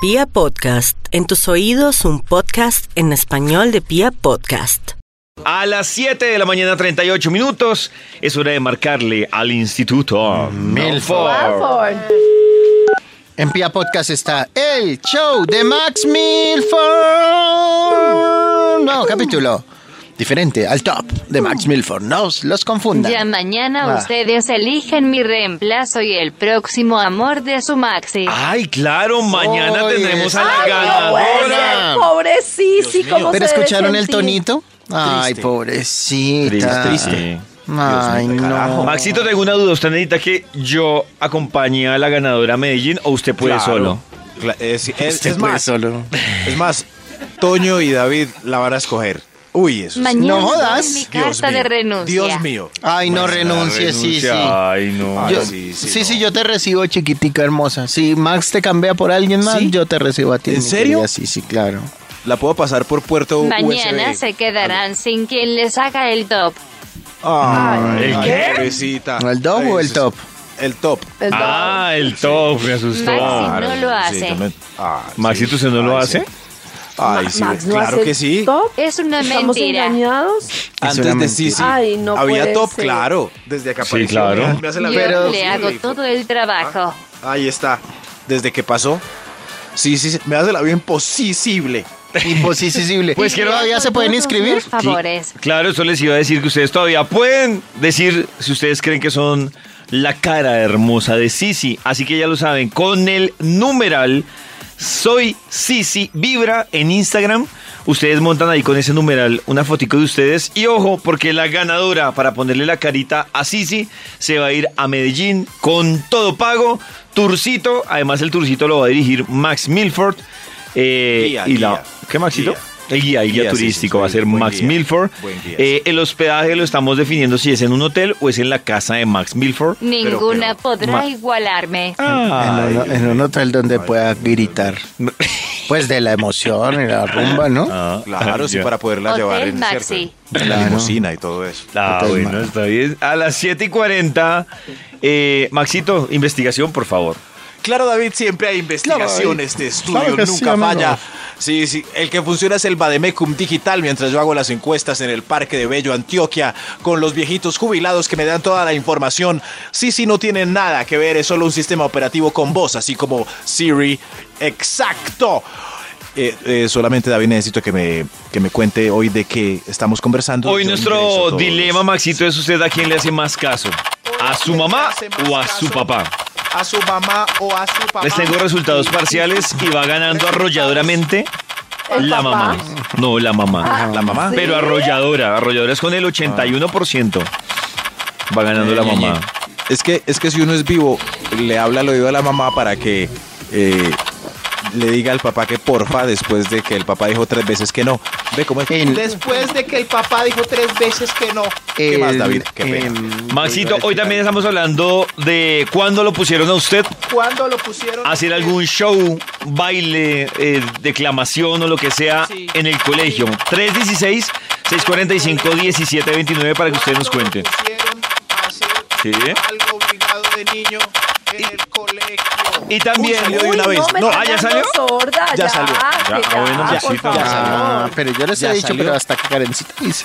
Pia Podcast, en tus oídos un podcast en español de Pia Podcast. A las 7 de la mañana 38 minutos es hora de marcarle al Instituto Milford. En Pia Podcast está el show de Max Milford. No, capítulo diferente al top de Max Milford. No os los confundan. Ya mañana Ah. ustedes eligen mi reemplazo y el próximo amor de su Maxi. Ay, claro, mañana Hoy tendremos a es- la Ay, no puede ganadora. ser. Pobre sí, sí, como ¿Pero escucharon el tonito? Ay, pobrecita. Triste. Ay, no. Maxito, tengo una duda. ¿Usted necesita que yo acompañe a la ganadora a Medellín o usted puede Claro. solo? Cla- Es, es- Este Usted es puede más, solo. es más, Toño y David la van a escoger. Uy, eso. es- Mañana No jodas. doy mi Dios carta mío. de renuncia. Dios mío. Pues, Ay, no renuncie, sí, sí. Ay, no. Ay, Yo- sí, sí, sí, sí, no. yo te recibo, chiquitica hermosa. Si Max te cambia por alguien más, ¿Sí? yo te recibo a ti. ¿En mi serio? querida. Sí, sí, claro. La puedo pasar por puerto Mañana USB. se quedarán sin quien les haga el top. Ay, ¿El ay, qué? pobrecita. ¿El top Ay, o el sí, top? El top. Ah, el top, me asustó. Maxi. no lo sí, hace. también. Ah, Maxito, ¿usted no lo Ay, hace? sí. Ay, sí, Max, ¿no claro hace que sí. top? Es una ¿Estamos mentira. engañados? Antes de sí, sí. Ay, no Había puede top, ser. claro. Desde que Sí, apareció. claro. mira, me hace la Yo vida le imposible. hago todo el trabajo. Ah, Ahí está. Desde que pasó. Sí, sí, sí, me hace la vida imposible. Imposisible. Pues que no- todavía se pueden Todos inscribir. los favores. Claro, eso les iba a decir que ustedes todavía pueden decir si ustedes creen que son la cara hermosa de Sisi. Así que ya lo saben, con el numeral soy Sisi Vibra en Instagram. Ustedes montan ahí con ese numeral una fotico de ustedes. Y ojo, porque la ganadora para ponerle la carita a Sisi se va a ir a Medellín con todo pago. Turcito, además el turcito lo va a dirigir Max Milford. eh, Guía, y la, guía, ¿Qué Maxito? guía. El guía, el guía, Guía, sí, turístico sí, va a ser buen Max guía, Milford. buen guía, Eh, el hospedaje lo estamos definiendo si es en un hotel o es en la casa de Max Milford. Ninguna pero- podrá Ma- igualarme. Ah, En un, en un hotel donde pueda gritar. Pues de la emoción y la rumba, ¿no? Ah, Claro, sí, ya. para poderla Hotel llevar en, Maxi. ¿cierto? En la Claro. limusina y todo eso. Ah, Hotel bueno, Max. está bien. A las 7 y 40. eh, Maxito, investigación, por favor. Claro, David, siempre hay investigaciones de estudio, Claro que sí, nunca amigo. falla. Sí, sí, el que funciona es el Bademecum Digital mientras yo hago las encuestas en el Parque de Bello, Antioquia, con los viejitos jubilados que me dan toda la información. Sí, sí, no tiene nada que ver, es solo un sistema operativo con voz, así como Siri. ¡Exacto! Eh, eh, solamente, David, necesito que me, que me cuente hoy de qué estamos conversando. Hoy Yo ingreso nuestro todos. dilema, Maxito, es usted a quién le hace más caso. ¿A su mamá o a su papá? A su mamá o a su papá. Les tengo resultados parciales y va ganando arrolladoramente ¿El la papá? mamá. No, la mamá. La mamá. Pero arrolladora, arrolladora es con el 81%. Va ganando la mamá. Es que, es que si uno es vivo, le habla al oído a la mamá para que eh, le diga al papá que porfa después de que el papá dijo tres veces que no. Ve cómo es. En- Después de que el papá dijo tres veces que no. ¿Qué más, El- David? Qué pena. em, Maxito, hoy también estamos hablando de cuándo lo pusieron a usted ¿Cuándo lo pusieron? a hacer algún show, baile, eh, declamación o lo que sea en el colegio. 316-645-1729 para que usted nos cuente. Sí. algo obligado de niño en el colegio. Y también... salió de una vez. me No, ah, ¿ya están salió? dando Sorda, Ya ah, ya, salió. que Ya, ya, bueno, por Maxito, ya favor. Ah, pero yo les he Ya dicho, salió. pero hasta que Karencita dice.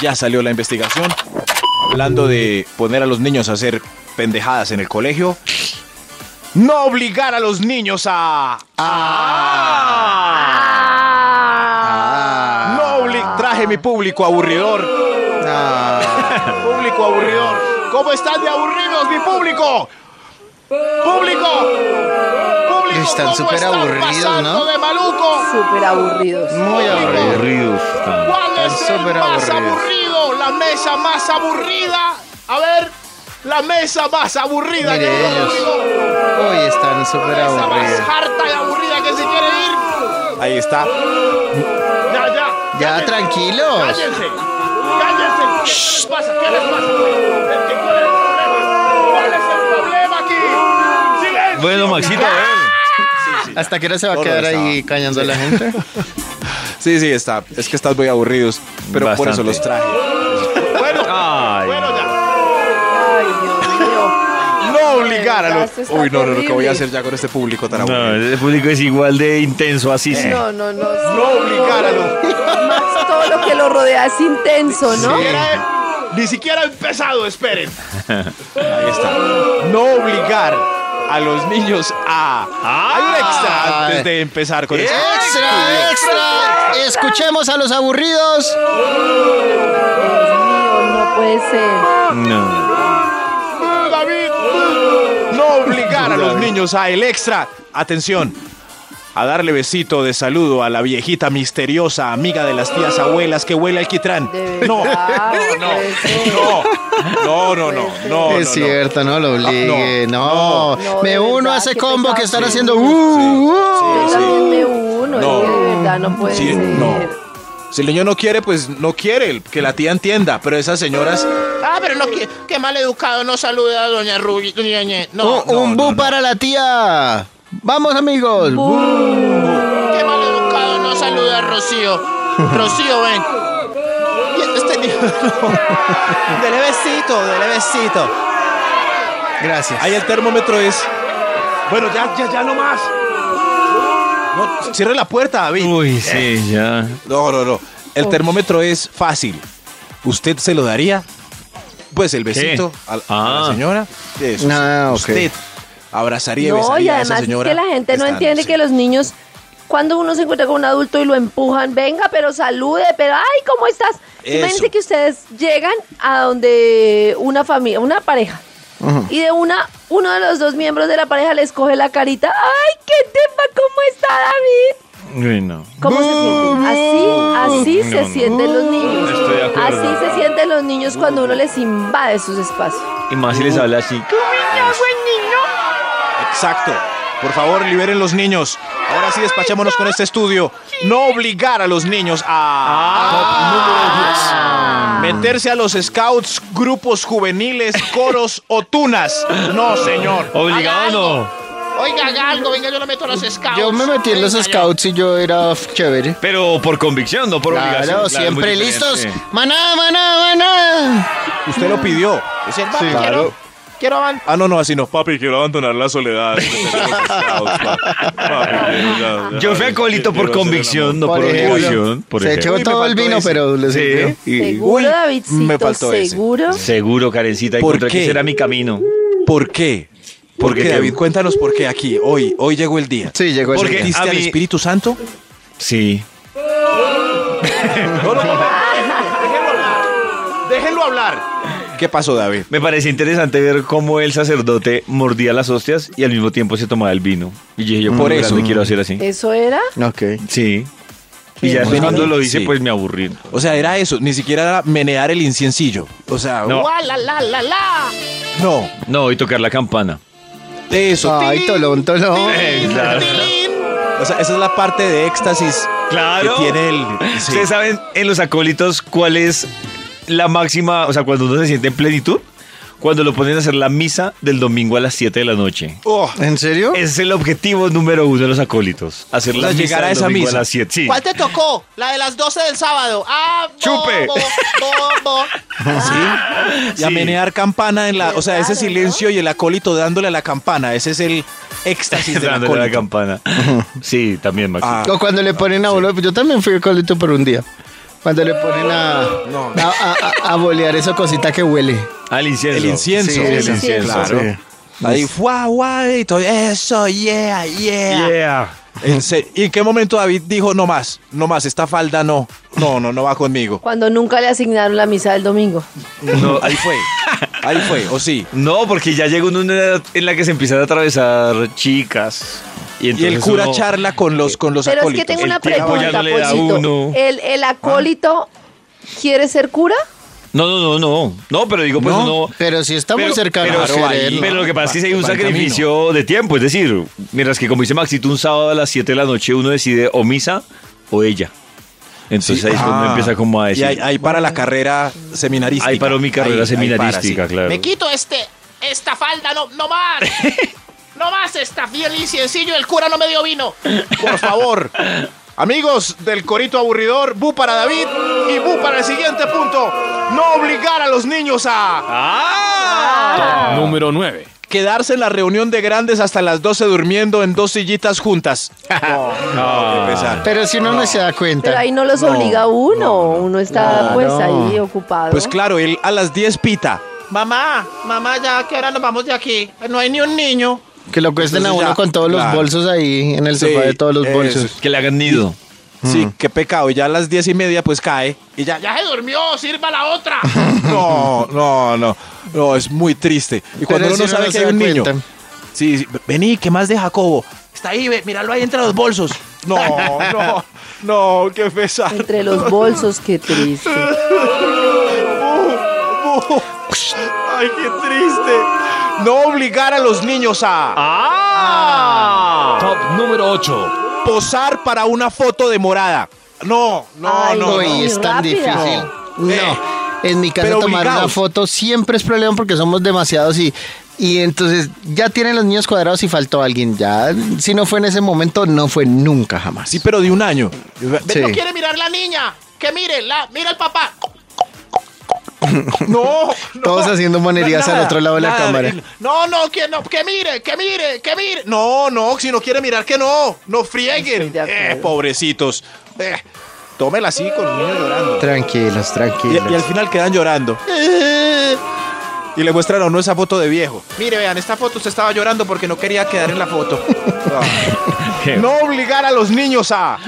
Ya salió la investigación hablando de poner a los niños a hacer pendejadas en el colegio. No obligar a los niños a... Ah, No obli- Traje mi público aburridor. Ah, Público aburridor. ¿Cómo están de aburridos, mi público? ¡Público! ¡Público! Están ¿cómo súper están aburridos, pasando ¿no? de maluco? Súper aburridos. Muy aburrido. Aburridos. ¿Cuál Están es el súper más aburridos. aburrido? La mesa más aburrida. A ver, la mesa más aburrida Mire que yo ellos. digo, Hoy están súper La mesa más aburridos. harta y aburrida que se quiere ir. Ahí está. Ya, ya. Ya, tranquilos. Cállense. Cállense. ¿Qué les pasa? ¿Qué les pasa? El que- ¿Cuál es el problema? ¿Cuál es el problema aquí? ¡Silencio! Bueno, Maxito, a ver. ¿Hasta qué hora se va a Todo quedar lo ahí cañando a la gente? Sí, sí, está. Es que están muy aburridos, pero por eso los traje. Bueno, Ay. ya. Ay, Dios mío. No obligar llegar a ya lo- esto está Uy, no, no, no, ¿qué voy terrible. a hacer ya con este público tan No, aburrido? el público es igual de intenso así. sí. No, no, no. No obligar a lo- Más todo lo que lo rodea es intenso, ¿no? Ni siquiera ha empezado, esperen. Ahí está. No Ah, obligar a los niños a. Hay Ah. un extra antes de empezar con esto. ¡Extra, extra! Escuchemos a los aburridos. No, no puede ser. No. David, no obligar a los niños a el extra. Atención. A darle besito de saludo a la viejita misteriosa, amiga de las tías abuelas que huele a alquitrán. De No, verdad, no, no puede ser. no, no, no, no, no, es no, no. cierto, no lo obligue. Ah, no, no. No, me de uno a verdad, ese qué combo que están pesado, sí. haciendo. Sí, uh, uh. Yo también me uno, es No. que de verdad no puede Sí, ser. no. Si el niño no quiere, pues no quiere, el- que la tía entienda, pero esas señoras... Ah, pero no, qué, qué mal educado no saluda a doña Rubi. doña Ñe. No, Un- un no, bu no. para la tía. Vamos, amigos. Bu. qué mal educado no saluda a Rocío. Rocío, ven. Y Este niño. Dele besito, dele besito. Gracias. Ahí el termómetro es... Bueno, ya, ya, ya no más. No, cierre la puerta, David. Uy, sí, ya. No, no, no. Oh. El termómetro es fácil. ¿Usted se lo daría? Pues el besito a, a Ah. la señora. Eso. Ah, ok. Usted abrazaría y No, besaría y a esa además es señora. que la gente no esta entiende noche. que los niños, cuando uno se encuentra con un adulto y lo empujan, venga, pero salude, pero ay, ¿cómo estás? Eso. Imagínense que ustedes llegan a donde una familia, una pareja. Y de una, uno de los dos miembros de la pareja les coge la carita. ¡Ay, qué tema! ¿Cómo está David? Uy, no. ¿Cómo se sienten? Así, así se sienten los niños. Estoy de acuerdo. Así se sienten los niños cuando uno les invade sus espacios. Y más si les habla así. Exacto. Por favor, liberen los niños. Ahora sí, despachémonos con este estudio. No obligar a los niños a... Top número 10. Meterse a los scouts, grupos juveniles, coros o tunas. No, señor. Obligado no. Oiga, haga algo, venga, yo lo meto a los scouts. Yo me metí en los Venga, ya. scouts y yo era f- chévere. Pero por convicción, no por obligación. Claro, es muy siempre diferente. listos. Maná, maná, maná. Usted lo pidió. Es el Papi, quiero- claro. Quiero avanzar. Ah, no, no, así no. Papi, quiero abandonar la soledad. Papi, Yo fui acolito por convicción, no por, Por ejemplo. obligación. Por Se ejemplo. echó Uy, me todo el faltó vino, ese. pero Sí. le sirvió. Seguro, Davidcito, me faltó ese. seguro. Seguro, Karencita, ¿Por encontré que qué? ese era mi camino. ¿Por qué? ¿Por Porque pues, qué, David? Cuéntanos por qué aquí, hoy, hoy llegó el día. Sí, llegó el ¿Por qué día. ¿Pediste A al mí- Espíritu Santo? Sí. Déjenlo hablar. ¿Qué pasó, David? Me parecía interesante ver cómo el sacerdote mordía las hostias y al mismo tiempo se tomaba el vino. Y dije, yo Por por eso. eso quiero hacer así. ¿Eso era? Ok. Sí. Y ya después bueno. cuando lo hice, Sí. pues me aburrí. O sea, era eso, ni siquiera era menear el inciencillo. O sea, No. Ua, la, la, la, la. no. No, y tocar la campana. Eso. Ay, tolón, tolón. O sea, esa es la parte de éxtasis Claro. que tiene el. sí. Ustedes saben en los acólitos cuál es la máxima, o sea, cuando uno se siente en plenitud, cuando lo ponen a hacer la misa del domingo a las 7 de la noche. Oh, ¿En serio? Ese es el objetivo número uno de los acólitos. Hacer O la sea, misa llegar a del esa domingo misa. a las 7. Sí. ¿Cuál te tocó? La de las 12 del sábado. Ah, bobo, Chupe. bobo. sí. Y a Sí. menear campana en la. O sea, ese Claro, ¿no? silencio y el acólito dándole a la campana. Ese es el éxtasis del Dándole la acólito. campana. Sí, también, Max. Ah. O cuando le ponen a volar, yo también fui colito por un día. Cuando le ponen a, No. a, a- a- a bolear esa cosita que huele. Al incienso. El incienso. Sí, el el incienso. incienso, Claro. Ahí, guau, guau, y todo, eso, yeah, yeah. Yeah. En se- ¿Y en qué momento David dijo, no más, no más, esta falda no, no, no, no va conmigo? Cuando nunca le asignaron la misa del domingo. No, Ahí fue, ahí fue, o sí. no, porque ya llega una edad en la que se empiezan a atravesar chicas. Y, Y el entonces cura uno- charla con los, con los Pero acólitos. es que tengo El una tiempo ya pregunta, no le da Pollito. uno. ¿El, el acólito quiere ser cura? No, no, no, no. No, pero digo, pues No, uno... Pero si está muy Pero- cercano pero, a claro, querer, ahí- ¿no? pero lo que pasa es que sí hay un Va en sacrificio de tiempo. Es decir, mientras que como dice Maxito, un sábado a las 7 de la noche uno decide o misa o ella. Entonces ahí es cuando Ah. empieza como a decir... Y ahí, ahí para la carrera seminarística. Ahí paró mi Ahí- carrera ahí seminarística, para, sí. claro. Me quito este, esta falda, no, no más. No más esta fiel y sencillo, el cura no me dio vino. Por favor, amigos del corito aburridor, bu para David y bu para el siguiente punto. No obligar a los niños a... ¡Ah! Número 9. quedarse en la reunión de grandes hasta las 12 durmiendo en dos sillitas juntas. No, qué pesar. Pero si uno no se da cuenta. Pero ahí no los obliga uno. uno está pues ahí ocupado. Pues claro, él a las 10 pita. Mamá, mamá, ya que ahora nos vamos de aquí. No hay ni un niño. Que lo cuesten a Entonces uno ya, con todos los claro. bolsos ahí, en el Sí, sofá de todos los eso. bolsos. Que le hagan nido. Sí, Mm. qué pecado. Y ya a las 10 y media pues cae. Y ya, Ya se durmió, sirva la otra. No, no, no. No, es muy triste. Y cuando Pero uno si no sabe que hay se un da niño. cuenta. Sí, sí, vení, ¿qué más de Jacobo? Está ahí, ve, míralo ahí entre los bolsos. No, no, no, qué pesar. Entre los bolsos, qué triste. Ay, qué triste. No obligar a los niños a Ah. Top número 8. posar para una foto de morada. No, no, Ay, no. no. no. Uy, es tan Rápida. difícil. Eh, No. En mi casa pero tomar una obligados. foto siempre es problema porque somos demasiados y, y entonces ya tienen los niños cuadrados y faltó alguien. Ya, si no fue en ese momento, no fue nunca jamás. Sí, pero de un año. Sí. No quiere mirar la niña. Que mire, la, mira el papá. No, no. Todos haciendo monerías Nada, al otro lado de la nada. cámara. No, no, que no, que mire, que mire, que mire. No, no, si no quiere mirar que no, no Estoy frieguen. de acuerdo. Eh, pobrecitos. Eh, tómela así con los niños llorando. Tranquilos, Y, y al tranquilos. final quedan llorando. Y le muestran a uno esa foto de viejo. Eh. Mire, vean, esta foto usted estaba llorando porque no quería quedar en la foto. No obligar a los niños a,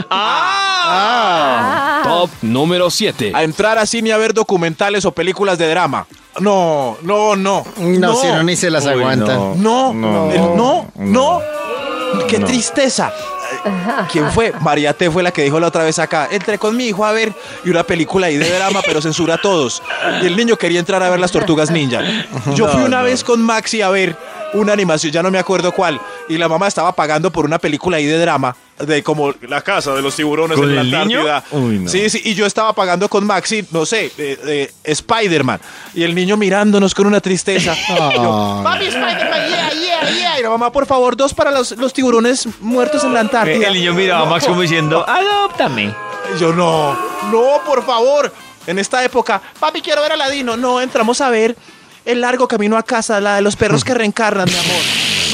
Top número 7. Ah. a entrar a cine a ver documentales o películas de drama. No, no, no. No, si no, ni se las aguantan. No, no, el- no, no. Qué tristeza. ¿Quién fue? María T fue la que dijo la otra vez acá, entré con mi hijo a ver y una película ahí de drama, pero censura a todos. Y el niño quería entrar a ver las tortugas ninja. Yo fui una vez con Maxi a ver una animación, ya no me acuerdo cuál, y la mamá estaba pagando por una película ahí de drama, de como la casa de los tiburones ¿Con en la el niño? Antártida. Uy, no. Sí, Sí, sí, y yo estaba pagando con Maxi, no sé, eh, eh, Spider-Man. Y el niño mirándonos con una tristeza. Y Ah. yo, Mami, Spider-Man, yeah, yeah, yeah. Y la mamá, por favor, dos para los, los tiburones muertos en la Antártida. Eh, El niño miraba a Max como diciendo, adóptame. Y yo, no, no, por favor. En esta época, papi, quiero ver a Ladino. No, entramos a ver el largo camino a casa, la de los perros que reencarnan, mi amor.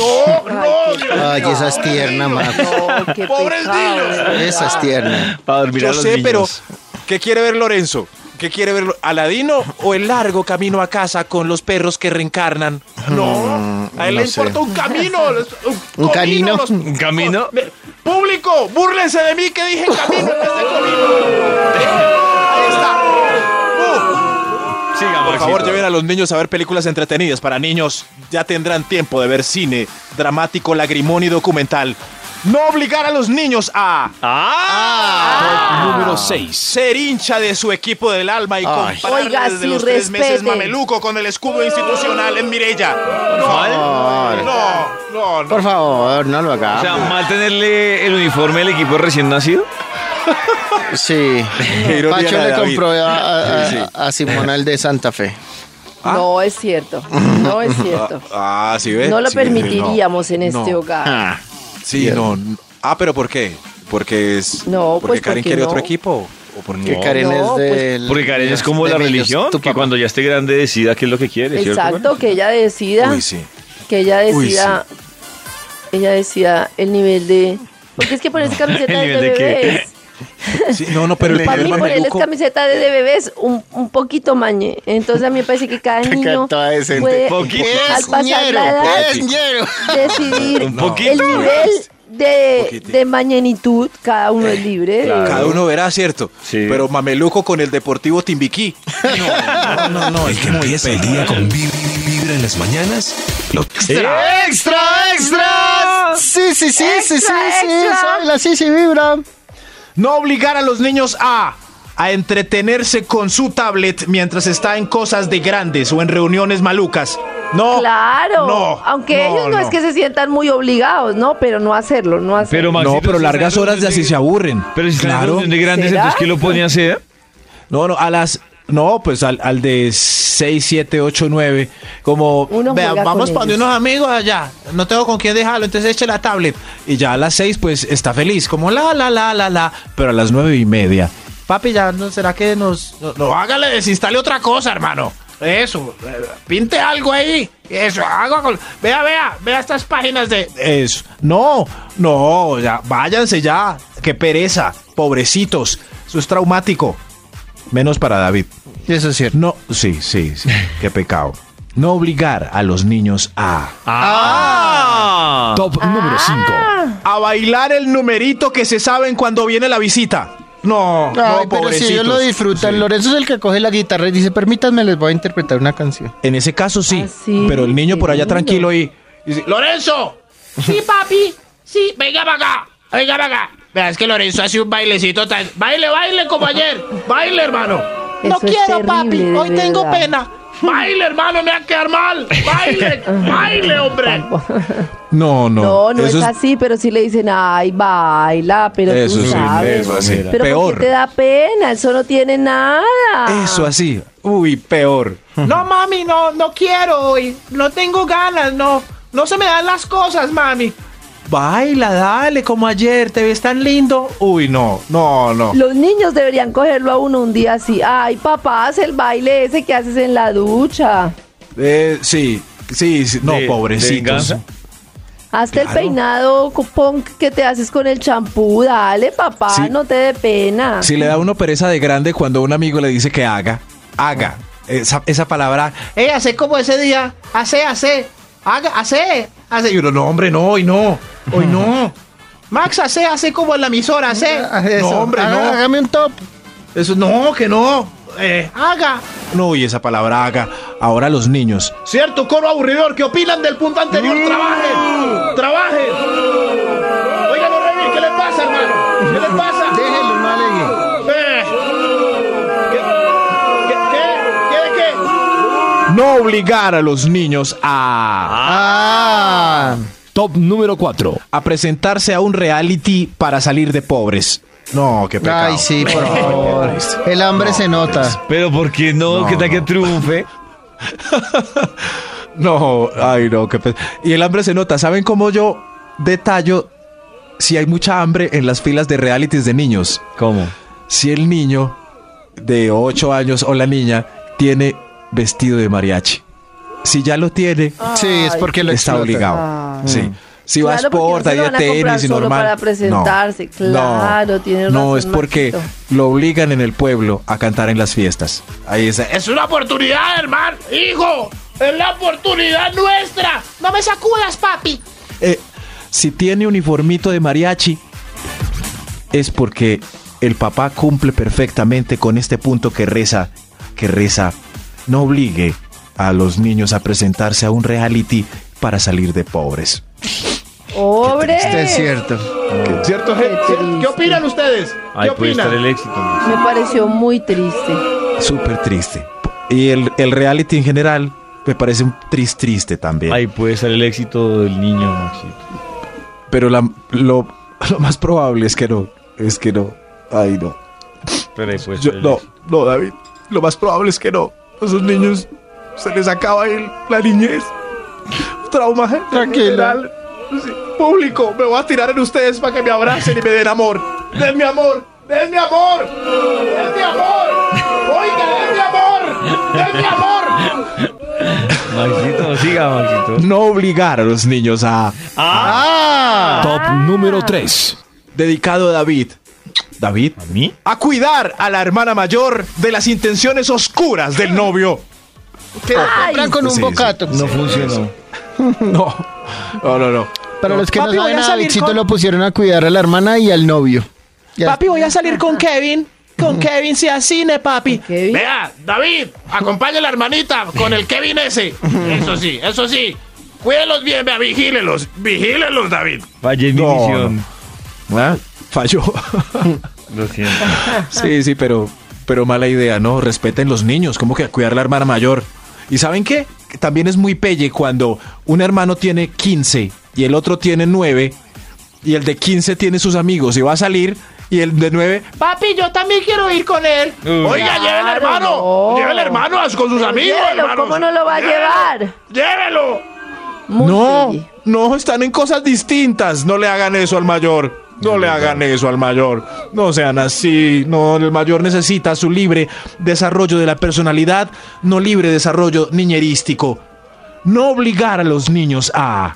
No, no, Dios Ay, mío, esa es pobre tierna, niño. Max. No, qué Pobres pecado, niños. de verdad. Esa es tierna. Para dormir a Yo los sé, niños. pero ¿qué quiere ver Lorenzo? ¿Qué quiere ver Lo- Aladino o el largo camino a casa con los perros que reencarnan? No, a él no le sé. importa un camino. los- Un, ¿Un comino, canino? los- ¿Un camino? Me- Público, búrlense de mí que dije camino en vez de comino. Ahí está. Siga, Por Maxito. favor, lleven a los niños a ver películas entretenidas. Para niños ya tendrán tiempo de ver cine dramático, lagrimón y documental. No obligar a los niños a Ah. Top número 6. ser hincha de su equipo del alma y compararle Oiga, desde sí, los tres meses respeten. mameluco con el escudo institucional en Mirella. No, no, no, no. Por favor, no lo O sea, hagamos. mal tenerle el uniforme del equipo recién nacido. Sí. ironía Pacho la le de David. compró a, a- Sí, sí. a Simona el de Santa Fe. No es cierto. No es cierto. Ah, sí ve. No lo Sí, ve, permitiríamos en no. este hogar. Ah, Sí, no. n- Ah, pero ¿por qué? Porque es. No, porque pues, Karen porque quiere no. otro equipo. ¿O por que qué? Karen No, es pues- del. Porque Karen es como de la Millos, religión, tu que papá. cuando ya esté grande decida qué es lo que quiere. ¿cierto? Exacto, que ella decida. Uy, sí. Que ella Uy, decida. Ella decida el nivel de. Porque es que ponerse camiseta ¿El es de nivel de qué? bebés. Sí, no, no, pero el Para primer mí ponerles mameluco. camiseta de, de bebés un, un poquito mañe. Entonces a mí me parece que cada niño Toda decente. pues. puede Poquito. al Es pasar ñero, la edad es ñero. decidir Un poquito. el nivel de, poquito. de mañanitud. Cada uno es Eh, libre. Claro. Cada uno verá, ¿cierto? Sí. Pero mameluco con el Deportivo Timbiquí. No, no, no, no. El que empieza el día con vibra, vibra en las mañanas. Lo Eh, ¡Extra, extra! Sí, sí, sí, sí, sí, sí. Soy la Sisi Vibra. No obligar a los niños a a entretenerse con su tablet mientras está en cosas de grandes o en reuniones malucas. No. Claro. No, Aunque no, ellos no, es no. que se sientan muy obligados, ¿no? Pero no hacerlo, no hacerlo. Pero Maxito, No, pero si largas está en horas de así se aburren. Pero si claro. claro. de grandes, ¿Será? entonces ¿qué lo pone a hacer? No, no, a las. No, pues al, al de 6, 7, 8, 9. Como. Uno "Vea, juega vamos con para ellos". unos amigos allá. No tengo con quién dejarlo, entonces eche la tablet. Y ya a las 6, pues está feliz. Como la, la, la, la, la. Pero a las 9 y media. Papi, ya no será que nos. No, no, hágale, desinstale otra cosa, hermano. Eso, eh, pinte algo ahí. Eso, hago con. Vea, vea, vea estas páginas de. Eso. No, no, ya, váyanse ya. Qué pereza, pobrecitos. Eso es traumático. Menos para David. Eso es cierto. No, sí, sí, sí. Qué pecado. No obligar a los niños a. ¡Ah! Top número 5. A bailar el numerito que se saben cuando viene la visita. No, Ay, no, pero si ellos pobrecitos. lo disfrutan, Sí. Lorenzo es el que coge la guitarra y dice, permítanme, les voy a interpretar una canción. En ese caso sí. Ah, sí, Pero el niño qué por allá lindo. tranquilo y. y dice, ¡Lorenzo! Sí, papi. Sí, venga para acá. Venga para acá. Vea, es que Lorenzo hace un bailecito tan. Baile, baile como ayer. Baile, hermano. No Eso es quiero, terrible, papi. de Hoy tengo verdad. pena. Baile, hermano, me va a quedar mal. Baile, baile, hombre. No, no. No, no es, eso así, pero sí le dicen, ay, baila, pero Eso tú sí, sabes. eso así. Pero Peor. ¿por qué te da pena? Eso no tiene nada. Eso así. Uy, peor. Ah. No, mami, no, no quiero hoy. No tengo ganas, no. No se me dan las cosas, mami. Baila, dale, como ayer, te ves tan lindo. Uy, no, no, no. Los niños deberían cogerlo a uno un día así. Ay, papá, haz el baile ese que haces en la ducha. Eh, sí, sí, sí, no, ¿De- de pobrecitos. venganza? Hazte el Claro. peinado co- punk que te haces con el champú. Dale, papá, Sí. no te dé pena. Si le da uno pereza de grande cuando un amigo le dice que haga, haga. Esa, esa palabra, Eh, hace como ese día. Hace, hace. Haga, hace. hace. Y uno, no, hombre, no, hoy no, hoy no. Max, hace, hace como en la emisora, hace. Ah, eso. No, hombre, Ah, no. Hágame un top. Eso, no, que no. Eh, Haga. no, y esa palabra haga. Ahora los niños. Cierto, coro aburridor. ¿Qué opinan del punto anterior? Trabajen. Trabajen. Oigan, los Reyes, ¿qué les pasa, hermano? ¿Qué les pasa? Déjelo, no alegue. Eh. ¿Qué? ¿Qué? ¿Qué? ¿Qué? de qué? No obligar a los niños a, Ah. Top número 4. a presentarse a un reality para salir de pobres. No, qué pecado. Ay, sí, por favor. El hambre se nota. Pero ¿por qué no? No, ¿Qué tal que no. triunfe? No, ay, no, qué pe- Y el hambre se nota. ¿Saben cómo yo detallo si hay mucha hambre en las filas de realities de niños? ¿Cómo? Si el niño de 8 años o la niña tiene vestido de mariachi. Si ya lo tiene, Sí, es porque lo está explota. obligado. Ah. Sí. Si vas Claro, porque por no se talla lo van a comprar tenis y solo normal. para No, presentarse, claro, tiene No, razón, es porque Maxito. lo obligan en el pueblo a cantar en las fiestas. Ahí está. Es una oportunidad, hermano. Hijo, es la oportunidad nuestra. No me sacudas, papi. Eh, si tiene uniformito de mariachi, es porque el papá cumple perfectamente con este punto que reza, que reza, no obligue a los niños a presentarse a un reality para salir de pobres. ¡Obre! Esto Este Eh. es cierto. ¿Cierto, Qué triste. ¿Qué opinan ustedes? Ahí ¿Qué puede estar opinan? el éxito. ¿no? Me pareció muy triste. Súper triste. Y el, el reality en general me parece un tris triste también. Ahí puede estar el éxito del niño, Maxito. Pero la- lo, lo más probable es que no. Es que no. Ay, no. Pero ahí puede Yo- estar el no, éxito. no, David. Lo más probable es que no. A esos niños se les acaba el- la niñez. Trauma. Tranquila. Sí, Público, me voy a tirar en ustedes para que me abracen y me den amor. Denme amor, denme amor, denme amor. Oiga, denme amor, denme amor. Maxito, siga, Maxito. No obligar a los niños a. Ah. Top número 3. Dedicado a David. David. ¿A mí? A cuidar a la hermana mayor de las intenciones oscuras del novio. Que lo compran con Sí, un sí. bocato. No funcionó. No. No, no, no. Para los que Papi, no voy saben, a a salir Bichito con- lo pusieron a cuidar a la hermana y al novio. Y a- Papi, voy a salir con Kevin. Con Kevin si a cine, papi. Kevin? Vea, David, acompaña a la hermanita con el Kevin ese. Eso sí, eso sí. Cuídenlos bien, vea, vigílelos, vigílelos, David. Vaya es mi No, misión. Ah, Falló. Lo siento. Sí, sí, pero, pero mala idea, ¿no? Respeten los niños, como que a cuidar la hermana mayor. ¿Y saben qué? Que También es muy pelle cuando un hermano tiene 15 y el otro tiene 9 y el de 15 tiene sus amigos y va a salir y el de 9... Papi, yo también quiero ir con él. Uy. Oiga, Claro, lleven hermano. no. Lleven hermano a- con sus Pero amigos, llévelo, hermanos. ¿cómo no lo va a Llévelo, llevar? Llévelo. Muy no, triste. no, están en cosas distintas. No le hagan eso al mayor. No le hagan eso al mayor. No sean así. No, el mayor necesita su libre desarrollo de la personalidad, no libre desarrollo niñerístico. No obligar a los niños a.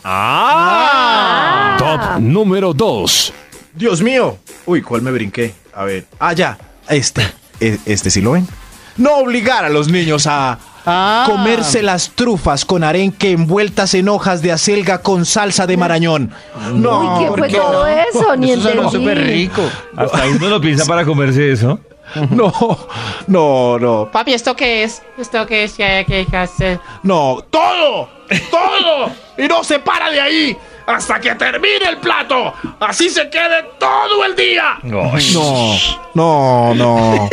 Top número 2. Dios mío. Uy, ¿cuál me brinqué? A ver. Ah, ya. Este. E- Este sí lo ven. No obligar a los niños a Ah. comerse las trufas con arenque envueltas en hojas de acelga con salsa de marañón. No, Uy, ¿qué fue porque todo eso? Ni Eso suena entendí. súper rico. Hasta uno lo piensa para comerse eso. no, no, no, Papi, ¿esto qué es? ¿Esto qué es? ¿Qué, qué hay que hacer? no. ¡Todo! ¡Todo! Y no se para de ahí hasta que termine el plato. Así se quede todo el día. No, no, no.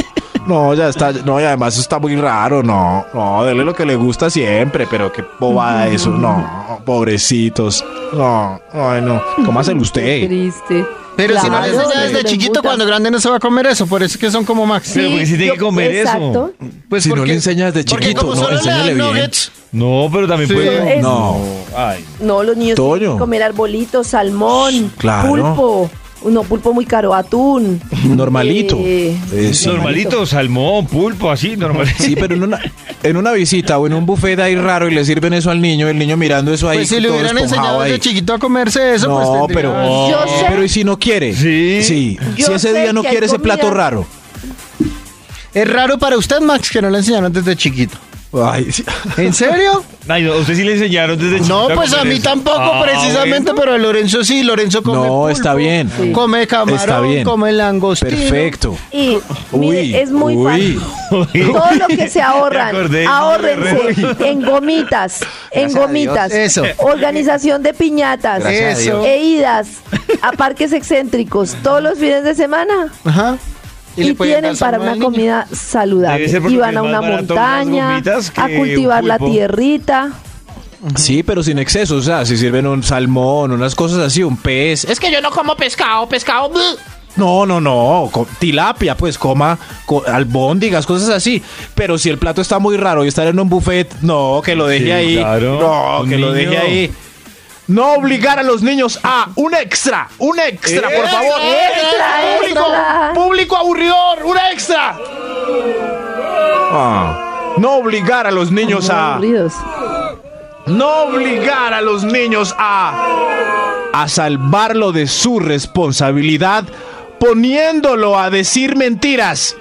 No, ya está. No, y además eso está muy raro. No, no, dele lo que le gusta siempre, pero qué bobada eso. No, pobrecitos. No, ay, no. ¿Cómo hace Qué usted? triste. Pero si no Claro, les enseña desde hijo de chiquito, puta. cuando grande no se va a comer eso. Por eso es que son como Max. Pero porque si tiene yo- que comer exacto. eso. Pues Si no porque- le enseñas de porque chiquito, como no, solo le enséñale dan bien. nuggets, No, pero también Sí. puede. Es- No. Ay. No, los niños Toño. tienen que comer arbolitos, salmón, Claro. pulpo. No, pulpo muy caro, atún. Normalito. Eh, Eh, sí. Normalito, salmón, pulpo, así, normalito. Sí, pero en una, en una visita o en un buffet ahí raro y le sirven eso al niño, el niño mirando eso ahí. Pues si le todo hubieran esponjado enseñado ahí. desde chiquito a comerse eso, pues No, tendría- pero. Yo sé- Pero ¿y si no quiere? Sí. Sí. Yo Si ese sé día no que hay quiere ese plato comida- raro. Es raro para usted, Max, que no le enseñaron desde chiquito. Ay, sí. ¿En serio? Ay, no, usted sí le enseñaron desde No, chiquita pues a comer mí eso. tampoco Ah, precisamente, pero a Lorenzo sí, Lorenzo come No, pulpo, está bien. Come camarón, Está bien. come langostino. Perfecto. Y mire, Uy, es muy uy. fácil. Todo lo que se ahorran, Me acordé, ahórrense en gomitas, en gomitas. Eso. Organización de piñatas, Gracias a Dios. e idas a parques excéntricos todos los fines de semana. Ajá. Y, le pueden tienen dar para salmón una al niño. comida saludable. Debe ser porque Y van es a más una barato unas montaña, gomitas a que un cultivar la pulpo. tierrita. Sí, pero sin exceso. O sea, si sirven un salmón, unas cosas así, un pez. Es que yo no como pescado, pescado. bleh. No, no, no. co- Tilapia, pues coma co- albóndigas, cosas así. Pero si el plato está muy raro y estar en un buffet, no, que lo deje Sí, ahí. claro. No, Un que lo niño. deje ahí. No obligar a los niños a un extra, un extra, por favor. ¡Extra, ¡Público! extra! ¡Público aburridor! ¡Un extra! Ah, no obligar a los niños a. Aburridos. No obligar a los niños a a salvarlo de su responsabilidad poniéndolo a decir mentiras.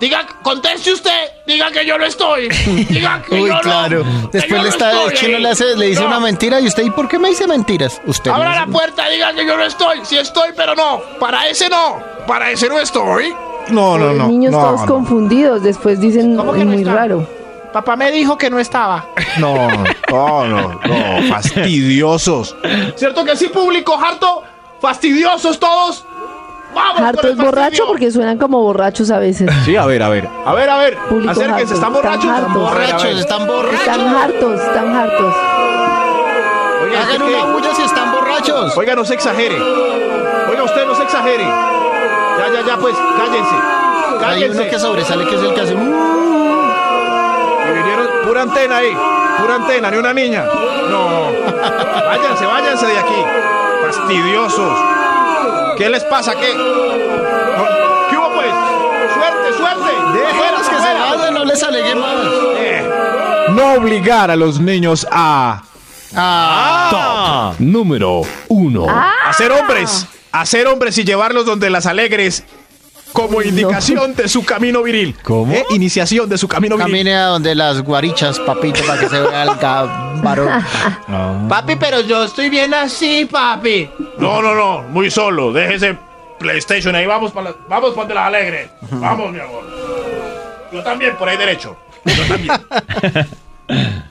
Diga, conteste usted. Diga que yo no estoy. Diga que Uy, yo claro. no. que yo Después no le está, estoy el chino ahí. le, hace, le dice No. una mentira y usted, ¿y por qué me dice mentiras? Usted. Abra no la sabe. puerta, diga que yo no estoy. Sí estoy, pero no. Para ese no. Para ese no estoy. No, no, no. los niños no, todos no. confundidos, después dicen ¿Cómo que no muy está? raro. Papá me dijo que no estaba. No, no, no, no, fastidiosos. ¿Cierto que sí, público harto? ¿Fastidiosos todos? ¡Vamos! Harto con es el borracho fastidio! porque suenan como borrachos a veces. Sí, a ver, a ver. A ver, a ver. Público harto, acérquense, ¿están están borrachos? hartos. A ver, a ver. Borrachos, están borrachos. Están hartos, están hartos. Oiga, Hagan ¿usted una qué? bulla si están borrachos. Oiga, no se exagere. Oiga, usted no se exagere. Ya, ya, ya, pues, cállense. Hay uno que Cállense. sobresale que es el que hace. Y vinieron pura antena ahí. Pura antena, ni una niña. No. Váyanse, váyanse de aquí. Fastidiosos. ¿Qué les pasa? ¿Qué? No, ¿Qué hubo, pues? Suerte, suerte. Déjenlos que se fuera. Eh. vayan, no les aleguen más. No obligar a los niños a Ah. Top número 1. hacer hombres, a ser hombres y llevarlos donde las alegres como indicación de su camino viril. ¿Cómo? Eh, Iniciación de su camino viril. Camine a donde las guarichas, papito, para que se vea el ga- varón. Papi, pero yo estoy bien así, papi. No, no, no, muy solo. Déjese PlayStation ahí. Vamos para vamos pa' donde las alegres. Vamos, mi amor. Yo también, por ahí derecho. Yo también.